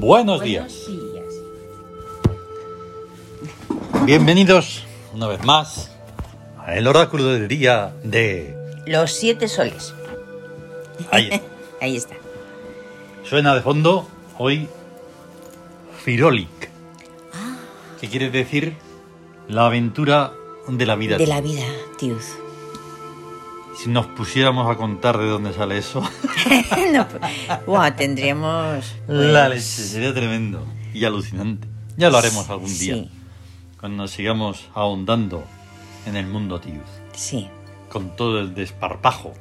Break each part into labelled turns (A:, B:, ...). A: Buenos días. Bienvenidos una vez más al oráculo del día de...
B: Los siete soles.
A: Ahí
B: Ahí está.
A: suena de fondo hoy Firolic,
B: Ah.
A: que quiere decir la aventura de la vida.
B: De la vida, Tius.
A: Si nos pusiéramos a contar de dónde sale eso,
B: no, pues, buah, tendríamos.
A: la leche sería tremendo y alucinante. Ya lo haremos algún día,
B: Sí,
A: cuando sigamos ahondando en el mundo Tius.
B: pues, sí.
A: con todo el desparpajo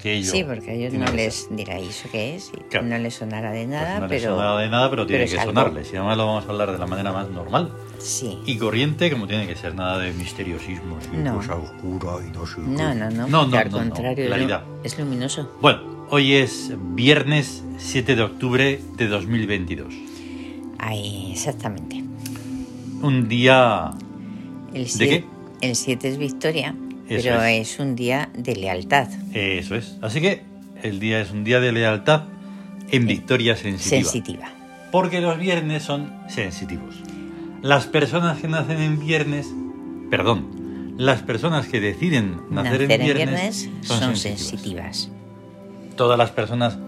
A: que ellos.
B: Sí, porque a ellos no les dirá "¿Y eso qué es, y
A: Claro. Pues
B: no les sonará de nada,
A: no les
B: pero.
A: sonará de nada, pero tiene
B: es
A: que
B: algo.
A: sonarles. Y además lo vamos a hablar de la manera más normal
B: Sí.
A: y corriente, como tiene que ser. Nada de misteriosismo, y
B: No.
A: cosa oscura y no sé.
B: No, no, no.
A: No,
B: porque
A: no,
B: al
A: no, no,
B: contrario, es lu-
A: claridad.
B: es luminoso.
A: Bueno, hoy es viernes 7 de octubre de 2022.
B: Ahí, Ah, exactamente.
A: Un día.
B: El
A: qué?
B: siete- El 7 es victoria,
A: Eso
B: pero
A: es.
B: es. un día de lealtad.
A: eh, Eso es. Así que el día es un día de lealtad en victoria sensitiva.
B: Eh, Sensitiva.
A: Porque los viernes son sensitivos. Las personas que nacen en viernes, perdón, las personas que deciden nacer, en viernes, son,
B: son
A: sensitivas.
B: sensitivas.
A: Todas las personas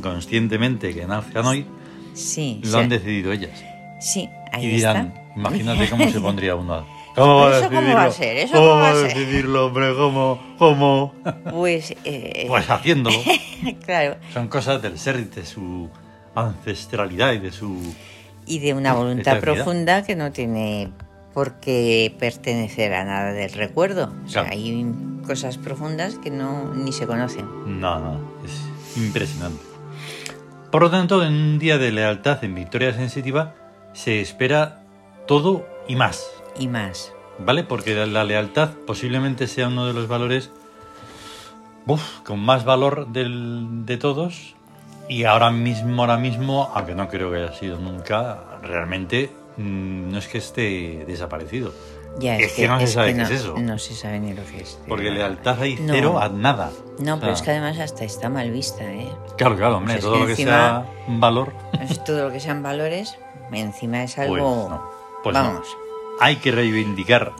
A: inconscientemente que nacen hoy
B: Sí.
A: lo
B: sí.
A: han decidido ellas.
B: Sí, ahí
A: y dirán,
B: está.
A: imagínate cómo se pondría uno. ¿Cómo va a
B: ¿Eso cómo va a
A: decidirlo?
B: ser? ¿Eso
A: ¿Cómo
B: cómo va
A: va
B: a
A: a
B: ser?
A: decidirlo, hombre? ¿Cómo? ¿Cómo?
B: Pues, eh,
A: Pues haciéndolo.
B: claro,
A: Son cosas del ser, de su ancestralidad y de su...
B: y de una
A: Esta
B: voluntad
A: es vida.
B: profunda que no tiene por qué pertenecer a nada del recuerdo. O sea,
A: Claro.
B: hay cosas profundas que no ni se conocen.
A: No, no, es impresionante. Por lo tanto, en un día de lealtad en Victoria Sensitiva se espera todo y más,
B: Y más.
A: ¿vale? Porque la- la lealtad posiblemente sea uno de los valores uf, con más valor del- de todos y ahora mismo, ahora mismo, aunque no creo que haya sido nunca, realmente mm, no es que esté desaparecido.
B: Ya
A: Es que no se sabe qué
B: no,
A: es eso.
B: No se sabe ni lo que es.
A: Porque
B: de verdad.
A: lealtad hay
B: Eh, No.
A: cero a Ah. nada.
B: No, pero
A: O sea,
B: es que además hasta está mal vista, ¿eh?
A: Claro, claro, hombre,
B: Pues es
A: todo
B: que
A: lo que
B: encima-
A: sea valor...
B: Es todo lo que sean valores, encima es algo...
A: Pues no, pues no.
B: Vamos,
A: hay que reivindicar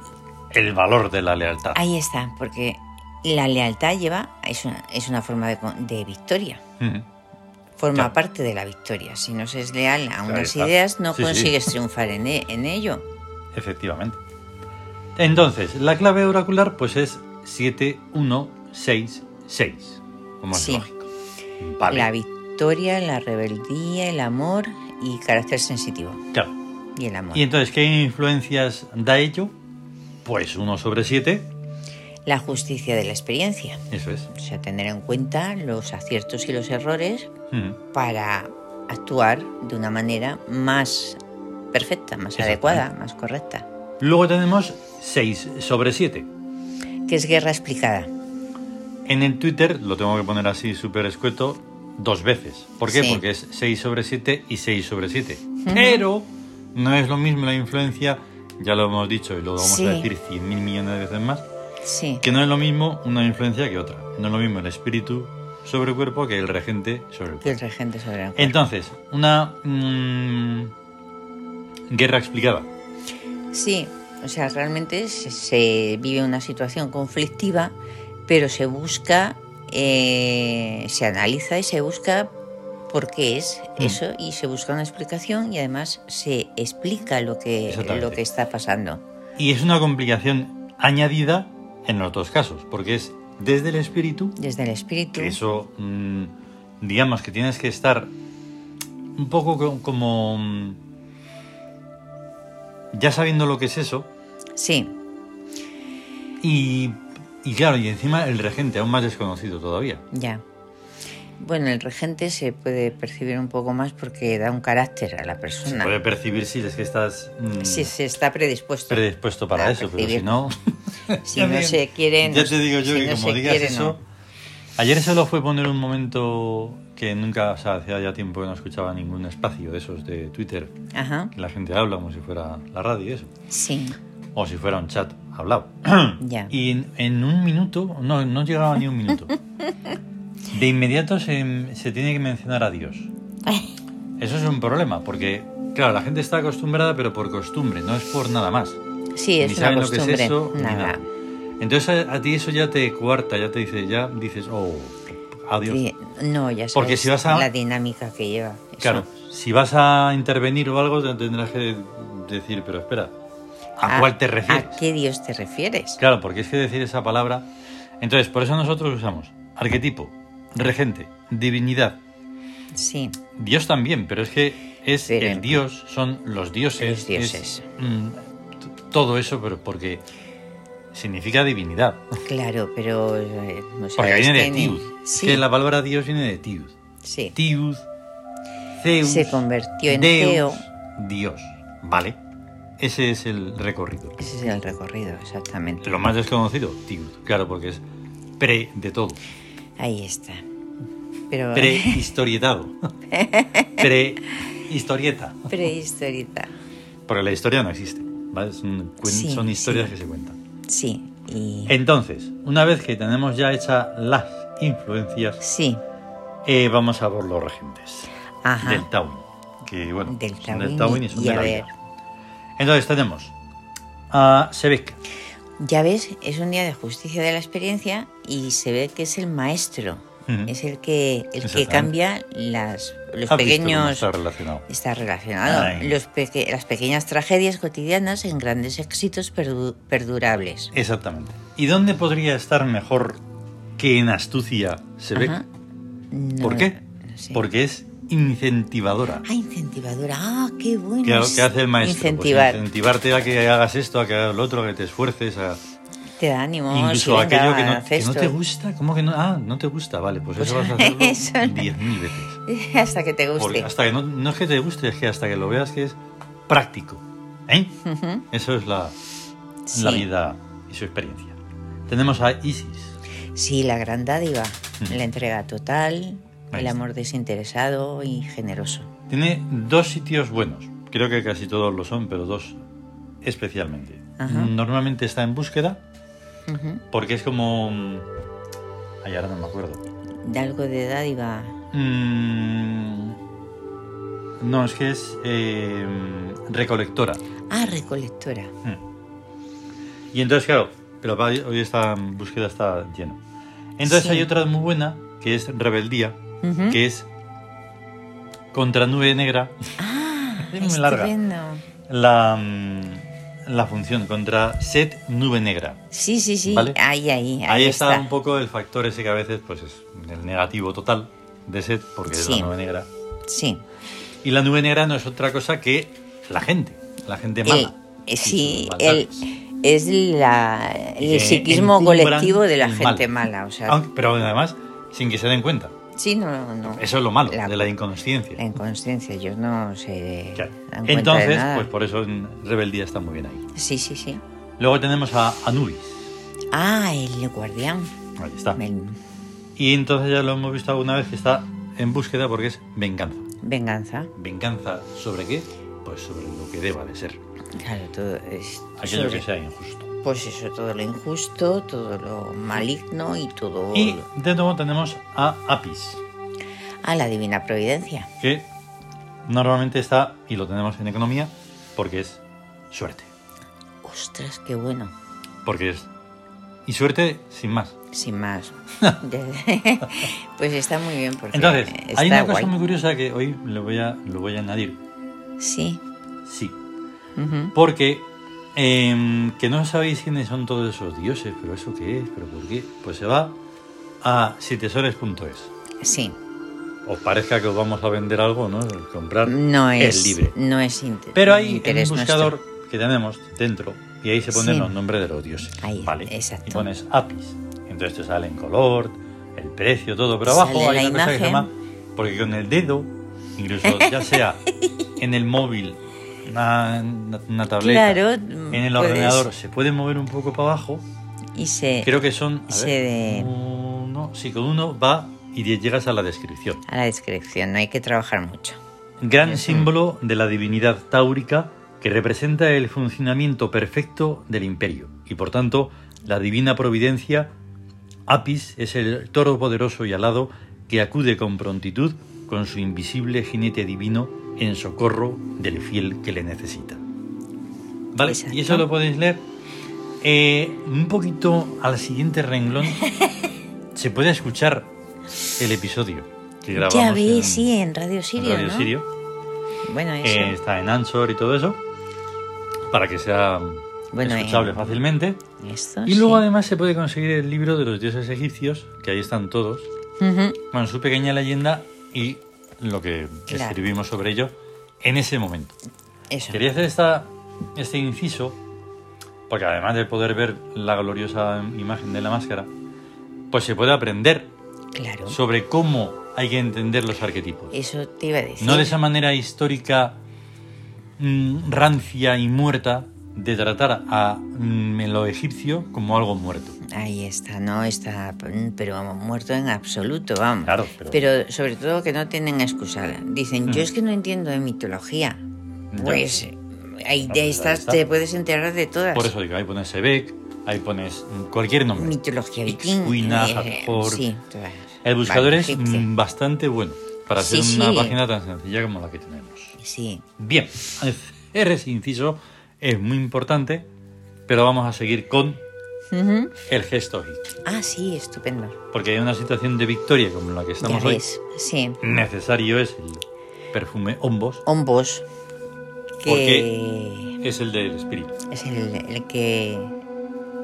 A: el valor de la lealtad.
B: ahí está, porque la lealtad lleva, es una, es una forma de con- de victoria.
A: Ujú.
B: forma
A: Claro.
B: parte de la victoria. Si no se es leal a unas
A: está.
B: ideas, no
A: Sí, sí.
B: consigues triunfar en, e- en ello.
A: Efectivamente. Entonces, la clave oracular pues es 7166, como
B: Sí.
A: es lógico. Vale.
B: La victoria, la rebeldía, el amor y carácter sensitivo.
A: Claro.
B: Y el amor.
A: Y entonces, ¿qué influencias da ello? Pues 1 sobre 7,
B: La justicia de la experiencia.
A: eso es.
B: O sea, tener en cuenta los aciertos y los errores
A: Ujú.
B: para actuar de una manera más perfecta, más adecuada, más correcta.
A: Luego tenemos 6 sobre 7.
B: Que es guerra explicada.
A: En el Twitter, lo tengo que poner así súper escueto, dos veces. ¿Por qué?
B: Sí.
A: Porque es 6 sobre 7 y 6 sobre 7. Pero no es lo mismo la influencia, ya lo hemos dicho y lo vamos
B: Sí.
A: a decir 100.000 millones de veces más,
B: Sí.
A: que no es lo mismo una influencia que otra. No es lo mismo el espíritu sobre el cuerpo que el regente sobre el
B: Y
A: cuerpo.
B: el regente soberano.
A: Entonces, una mm, guerra explicada.
B: Sí, o sea, realmente se, se vive una situación conflictiva, pero se busca, eh, se analiza y se busca por qué es
A: Mm.
B: eso y se busca una explicación y además se explica lo que,
A: Exactamente.
B: lo que está pasando.
A: Y es una complicación añadida en los dos casos, porque es desde el espíritu
B: Desde el espíritu,
A: que eso, mm, digamos que tienes que estar un poco co- como... mm, ya sabiendo lo que es eso.
B: sí,
A: Y, y claro, y encima el regente, aún más desconocido todavía.
B: ya. Bueno, el regente se puede percibir un poco más porque da un carácter a la
A: Se
B: persona.
A: puede percibir si es que estás mm,
B: Si se está predispuesto.
A: predispuesto para
B: a
A: eso, pero si
B: percibir.
A: no...
B: Si
A: Ya
B: no
A: te-
B: se quiere...
A: Ya
B: no-
A: te digo yo
B: si
A: que
B: no
A: como
B: se
A: digas
B: quiere, no.
A: eso... Ayer solo fue poner un momento que nunca, o sea, hacía ya tiempo que no escuchaba ningún espacio de esos de Twitter,
B: Ajá,
A: que la gente habla como si fuera la radio y eso.
B: sí.
A: o si fuera un chat hablado.
B: Ya.
A: Y en, en un minuto, no, no llegaba ni un minuto. De inmediato se, se tiene que mencionar a Dios. Eso es un problema, porque, claro, la gente está acostumbrada, pero por costumbre, no es por nada más.
B: Sí, es
A: ni
B: una
A: saben lo que es
B: costumbre.
A: eso, ni
B: nada.
A: nada. Entonces a, a ti eso ya te cuarta, ya te dice, ya dices, oh, adiós.
B: Sí, No, ya sabes
A: Porque si vas a-
B: la dinámica que lleva. eso.
A: Claro, si vas a intervenir o algo, te tendrás que decir, pero espera, ¿a, cuál te refieres?
B: Ah, ¿A qué Dios te refieres?
A: Claro, porque es que decir esa palabra. Entonces, por eso nosotros usamos arquetipo, regente, divinidad,
B: Sí,
A: Dios también, pero es que es
B: Pero-
A: el Dios, son los dioses.
B: Los dioses.
A: es, mm, t- todo eso, pero porque significa divinidad.
B: claro, pero... eh, o sea,
A: Porque
B: es
A: viene de
B: que ni-
A: Tiud.
B: Sí,
A: Que la palabra Dios viene de Tiud.
B: sí.
A: Tiud, Zeus.
B: Se convirtió en
A: Deus,
B: Teo.
A: Dios. Vale. Ese es el recorrido.
B: Ese es el recorrido, exactamente.
A: Lo más desconocido, Tiud. Claro, porque es pre de todo.
B: Ahí está. Pero
A: Prehistorietado. Prehistorieta.
B: prehistorita.
A: Porque la historia no existe. ¿vale? Es un cuen-
B: Sí,
A: son historias
B: sí.
A: que se cuentan.
B: Sí, y...
A: Eh. Entonces, una vez que tenemos ya hechas las influencias,
B: Sí,
A: eh, vamos a por los regentes
B: ajá.
A: del Tawin. Que bueno,
B: Del
A: son
B: Tawin
A: del
B: y-
A: Tawin y son
B: y
A: de
B: a
A: la
B: ver.
A: vida. Entonces tenemos a Sebek.
B: Ya ves, es un día de justicia de la experiencia y se ve que es el maestro.
A: Ujú.
B: Es el que, el que
A: Exactamente.
B: cambia las, los
A: ¿Has visto cómo
B: pequeños...
A: Ah, está relacionado.
B: Está relacionado.
A: Ay.
B: Los peque- las pequeñas tragedias cotidianas en grandes éxitos perdu- perdurables.
A: Exactamente. ¿Y dónde podría estar mejor que en astucia Sebek?
B: Ajá. No,
A: ¿Por qué?
B: no sé.
A: Porque es incentivadora.
B: Ah, incentivadora. Ah, qué bueno.
A: ¿Qué,
B: es
A: qué hace el maestro? Pues
B: Incentivar.
A: incentivarte a que hagas esto, a que hagas lo otro, a que te esfuerces, a
B: Te da ánimo.
A: incluso aquello que no, que no te gusta. ¿Cómo que no? Ah, no te gusta, vale, pues,
B: Pues
A: eso vas a hacerlo
B: eso no.
A: 10.000 veces.
B: gusta. Hasta que te
A: Porque
B: guste.
A: hasta que no, no es que te guste, es que hasta que lo veas que es práctico. ¿Eh?
B: Ujú.
A: Eso es la,
B: Mm. Sí.
A: la vida y su experiencia. Tenemos a Isis.
B: Sí, la gran dádiva.
A: Ujú.
B: La entrega total,
A: Mm. Ahí
B: el
A: está.
B: amor desinteresado y generoso.
A: Tiene dos sitios buenos. Creo que casi todos lo son, pero dos especialmente.
B: Ajá.
A: Normalmente está en búsqueda
B: Ujú.
A: porque es como... mm, Ay, ahora no me acuerdo.
B: De algo de dádiva.
A: Mm, No, es que es eh, recolectora. Mm.
B: Ah, recolectora.
A: Y entonces, claro, pero va- hoy esta búsqueda está llena. Entonces
B: Sí.
A: hay otra muy buena, que es rebeldía,
B: Ujú.
A: que es contra nube negra.
B: Ah,
A: Es muy larga.
B: estupendo.
A: la, mm, la función contra set nube negra.
B: Sí, sí, sí.
A: ¿Vale?
B: Ahí, ahí.
A: Ahí,
B: Ahí,
A: está, un poco el factor ese que a veces pues es el negativo total de set porque es
B: Sí.
A: la nube negra.
B: Sí.
A: Y la nube negra no es otra cosa que la gente, la gente mala. y
B: El- Eh, sí,
A: sus
B: el,
A: maldades.
B: es la,
A: Que
B: el psiquismo
A: encumbran
B: colectivo de la
A: el
B: gente
A: mal.
B: mala. O sea,
A: Aunque- pero además sin que se den cuenta.
B: sí, no, no.
A: Eso es lo malo
B: La-
A: de la inconsciencia.
B: La inconsciencia, ellos no se
A: Claro.
B: dan cuenta de
A: Entonces,
B: nada.
A: pues por eso en rebeldía está muy bien ahí.
B: Sí, sí, sí.
A: Luego tenemos a Anubis.
B: Ah, el guardián.
A: Ahí está.
B: El-
A: Y entonces ya lo hemos visto alguna vez que está en búsqueda porque es venganza.
B: venganza.
A: ¿Venganza sobre qué? Pues sobre lo que deba de ser.
B: Claro, todo es...
A: Aquello
B: sobre-
A: que sea injusto.
B: Pues eso, todo lo injusto, todo lo maligno y todo...
A: Y de nuevo tenemos a Apis,
B: A Ah, la divina providencia.
A: que normalmente está, y lo tenemos en economía, porque es suerte.
B: Ostras, qué bueno.
A: Porque es... Y suerte sin más.
B: Sin más. pues está muy bien porque
A: Entonces,
B: está
A: hay una cosa
B: guay.
A: muy curiosa que hoy lo voy a, lo voy a añadir.
B: Sí.
A: Sí.
B: ujú.
A: Porque em, que no sabéis quiénes son todos esos dioses, pero eso qué es, pero por qué. Pues se va a sitesores.es.
B: Sí.
A: Os parezca que os vamos a vender algo, ¿no? El comprar
B: No es,
A: libre.
B: No es inte-
A: Pero hay un
B: interés
A: buscador
B: nuestro.
A: que tenemos dentro y ahí se ponen
B: Sí.
A: los nombres de los dioses.
B: Ahí,
A: ¿vale?
B: exacto.
A: Y pones APIS. Entonces te sale en color, el precio, todo. Pero abajo
B: Sale
A: hay
B: la
A: una cosa que se
B: imagen.
A: llama. Porque con el dedo, incluso ya sea en el móvil, una, una- una tableta,
B: Claro,
A: en el
B: puedes-
A: ordenador, se puede mover un poco para abajo.
B: Y se
A: Creo que son. A
B: se
A: ver,
B: de-
A: uno, sí, con uno va y llegas a la descripción.
B: a la descripción, no hay que trabajar mucho.
A: Gran
B: Ujú.
A: símbolo de la divinidad táurica que representa el funcionamiento perfecto del imperio y por tanto la divina providencia Apis es el toro poderoso y alado que acude con prontitud con su invisible jinete divino en socorro del fiel que le necesita. ¿Vale?
B: Exacto.
A: Y eso lo podéis leer. Eh, un poquito al siguiente renglón se puede escuchar el episodio que grabamos.
B: Ya ves,
A: en-
B: sí, en Radio
A: en
B: Sirio,
A: Radio
B: ¿no?
A: Sirio.
B: Bueno, eso.
A: Eh, está en Answer y todo eso, para que sea
B: Bueno,
A: escuchable
B: eh,
A: fácilmente.
B: Esto
A: Y luego
B: sí.
A: además se puede conseguir el libro de los dioses egipcios, que ahí están todos,
B: Ujú.
A: con su pequeña leyenda y lo que
B: Claro.
A: escribimos sobre ello en ese momento.
B: Eso.
A: Quería hacer esta, este inciso, porque además de poder ver la gloriosa imagen de la máscara, pues se puede aprender
B: Claro.
A: sobre cómo hay que entender los arquetipos.
B: Eso te iba a decir.
A: No de esa manera histórica mm, rancia y muerta de tratar a mm, lo egipcio como algo muerto.
B: Ahí está, no está, mm, pero vamos, muerto en absoluto, vamos.
A: Claro, pero- Mm.
B: sobre todo que no tienen excusa. Dicen, yo es que no entiendo de mitología.
A: Ya.
B: Pues ahí
A: No,
B: de
A: pues ahí
B: estas
A: está.
B: te puedes enterar de todas.
A: Por eso digo, ahí pones Sebek, ahí pones mm, cualquier nombre.
B: Mitología viking.
A: Ixcuina,
B: eh,
A: Hathor.
B: Sí, todas.
A: El buscador
B: Vale,
A: es
B: egipcia.
A: mm, bastante bueno para hacer
B: Sí,
A: una
B: sí.
A: página tan sencilla como la que tenemos.
B: Sí,
A: Bien, hacer ese inciso es muy importante, pero vamos a seguir con
B: Ujú.
A: el gesto egipcio.
B: Ah, sí, estupendo.
A: Porque en una situación de victoria como la que estamos
B: ya
A: hoy,
B: ves. Sí.
A: necesario es el perfume Hombos,
B: Hombos. Que
A: Porque- es el del espíritu.
B: es el, el que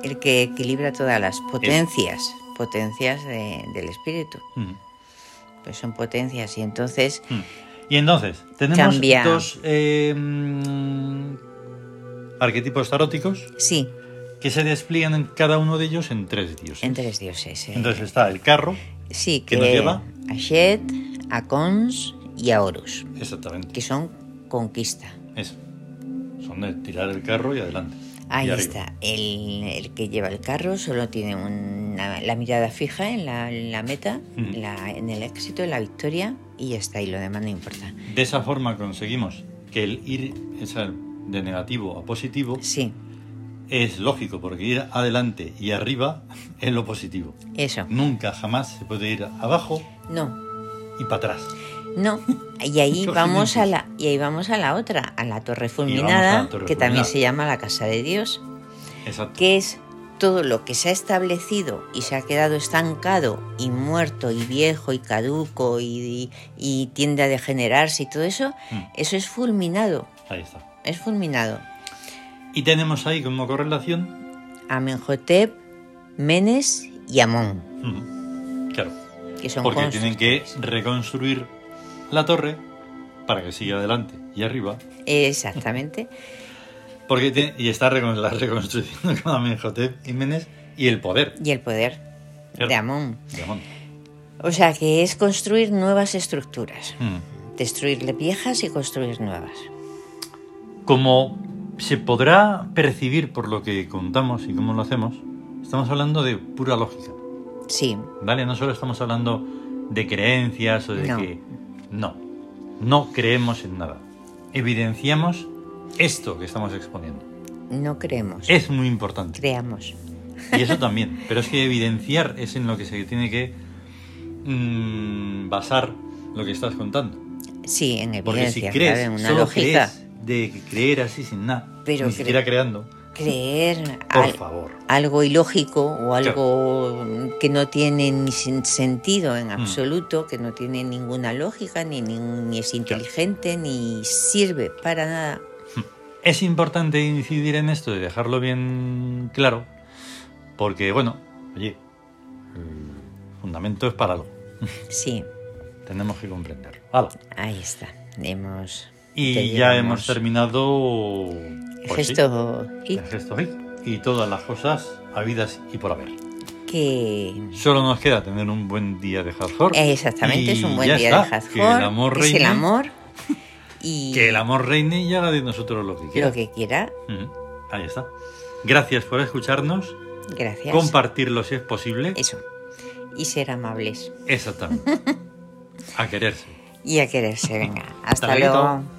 B: el que equilibra todas las potencias. Potencias de- del espíritu.
A: Mm,
B: Pues son potencias. Y entonces.
A: mm. Y entonces, tenemos
B: Cambia.
A: dos eh, mm, arquetipos taróticos
B: Sí,
A: que se despliegan en cada uno de ellos en tres dioses.
B: en tres dioses. eh.
A: Entonces está el carro,
B: sí,
A: ¿qué
B: que
A: nos lleva?
B: A Shet, a Cons y a Horus,
A: exactamente.
B: que son conquista.
A: Eso. Son de tirar el carro y adelante.
B: Ahí
A: Y arriba.
B: está. El, el que lleva el carro solo tiene una- la mirada fija en la, en la meta,
A: Ujú.
B: en la- en el éxito, en la victoria, y ya está. Y lo demás no importa.
A: De esa forma conseguimos que el ir o sea, de negativo a positivo
B: Sí,
A: es lógico, porque ir adelante y arriba es lo positivo.
B: eso.
A: Nunca, jamás se puede ir abajo
B: No,
A: y para atrás.
B: No, y ahí
A: Los
B: vamos a
A: siguientes.
B: la y ahí vamos a la otra, a la Torre
A: vamos a
B: Fulminada,
A: la Torre
B: que también
A: Fulminada.
B: se llama la Casa de Dios,
A: Exacto.
B: que es todo lo que se ha establecido y se ha quedado estancado y muerto y viejo y caduco y, y- y tiende a degenerarse y todo eso,
A: Mm.
B: eso es fulminado,
A: Ahí está.
B: es fulminado.
A: Y tenemos ahí como correlación.
B: Amenhotep, Menes y Amón,
A: mm, Claro.
B: que son
A: Porque
B: cons-
A: tienen que reconstruir la torre para que siga adelante y arriba.
B: Exactamente.
A: Porque tiene- y está recon- la reconstrucción con Amenhotep Jiménez y el poder
B: Y el poder
A: Claro.
B: de Amón.
A: de Amón.
B: O sea que es construir nuevas estructuras.
A: Mm.
B: destruirle viejas y construir nuevas.
A: Como se podrá percibir por lo que contamos y cómo lo hacemos, estamos hablando de pura lógica,
B: Sí,
A: ¿vale? No solo estamos hablando de creencias o de
B: No.
A: que... No, no creemos en nada. Evidenciamos esto que estamos exponiendo.
B: no creemos,
A: Es muy importante.
B: creamos.
A: Y eso también. Pero es que evidenciar es en lo que se tiene que mm, basar lo que estás contando.
B: Sí, en
A: Porque si
B: evidencia,
A: crees,
B: claro, en una
A: solo
B: lógica.
A: crees de que creer así sin nada,
B: Pero
A: ni
B: cre-
A: siquiera creando,
B: Creer
A: por
B: al-
A: favor.
B: algo ilógico o algo que no tiene ni sen- sentido
A: Mm.
B: en absoluto, que no tiene ninguna lógica, ni, ni, ni es inteligente, ni sirve para nada.
A: Es importante incidir en esto y dejarlo bien claro, porque bueno, oye, el fundamento es para algo.
B: Sí,
A: Tenemos que comprenderlo. Hala.
B: ahí está. Hemos,
A: Y
B: te
A: ya
B: llevamos
A: hemos terminado.
B: el
A: pues sí,
B: Gesto
A: el gesto hic y todas las cosas habidas y por haber.
B: que
A: Solo nos queda tener un buen día de hardcore.
B: Exactamente, es un buen día de
A: Que el
B: Hazor.
A: amor
B: Es el
A: reine.
B: amor. Y
A: Que el amor reine y haga de nosotros lo que quiera.
B: lo que quiera,
A: Ujú, Ahí está. Gracias por escucharnos.
B: gracias.
A: Compartirlo si es posible.
B: Eso. Y ser amables.
A: Exactamente. A quererse.
B: Y a quererse, venga. Hasta
A: luego.
B: luego.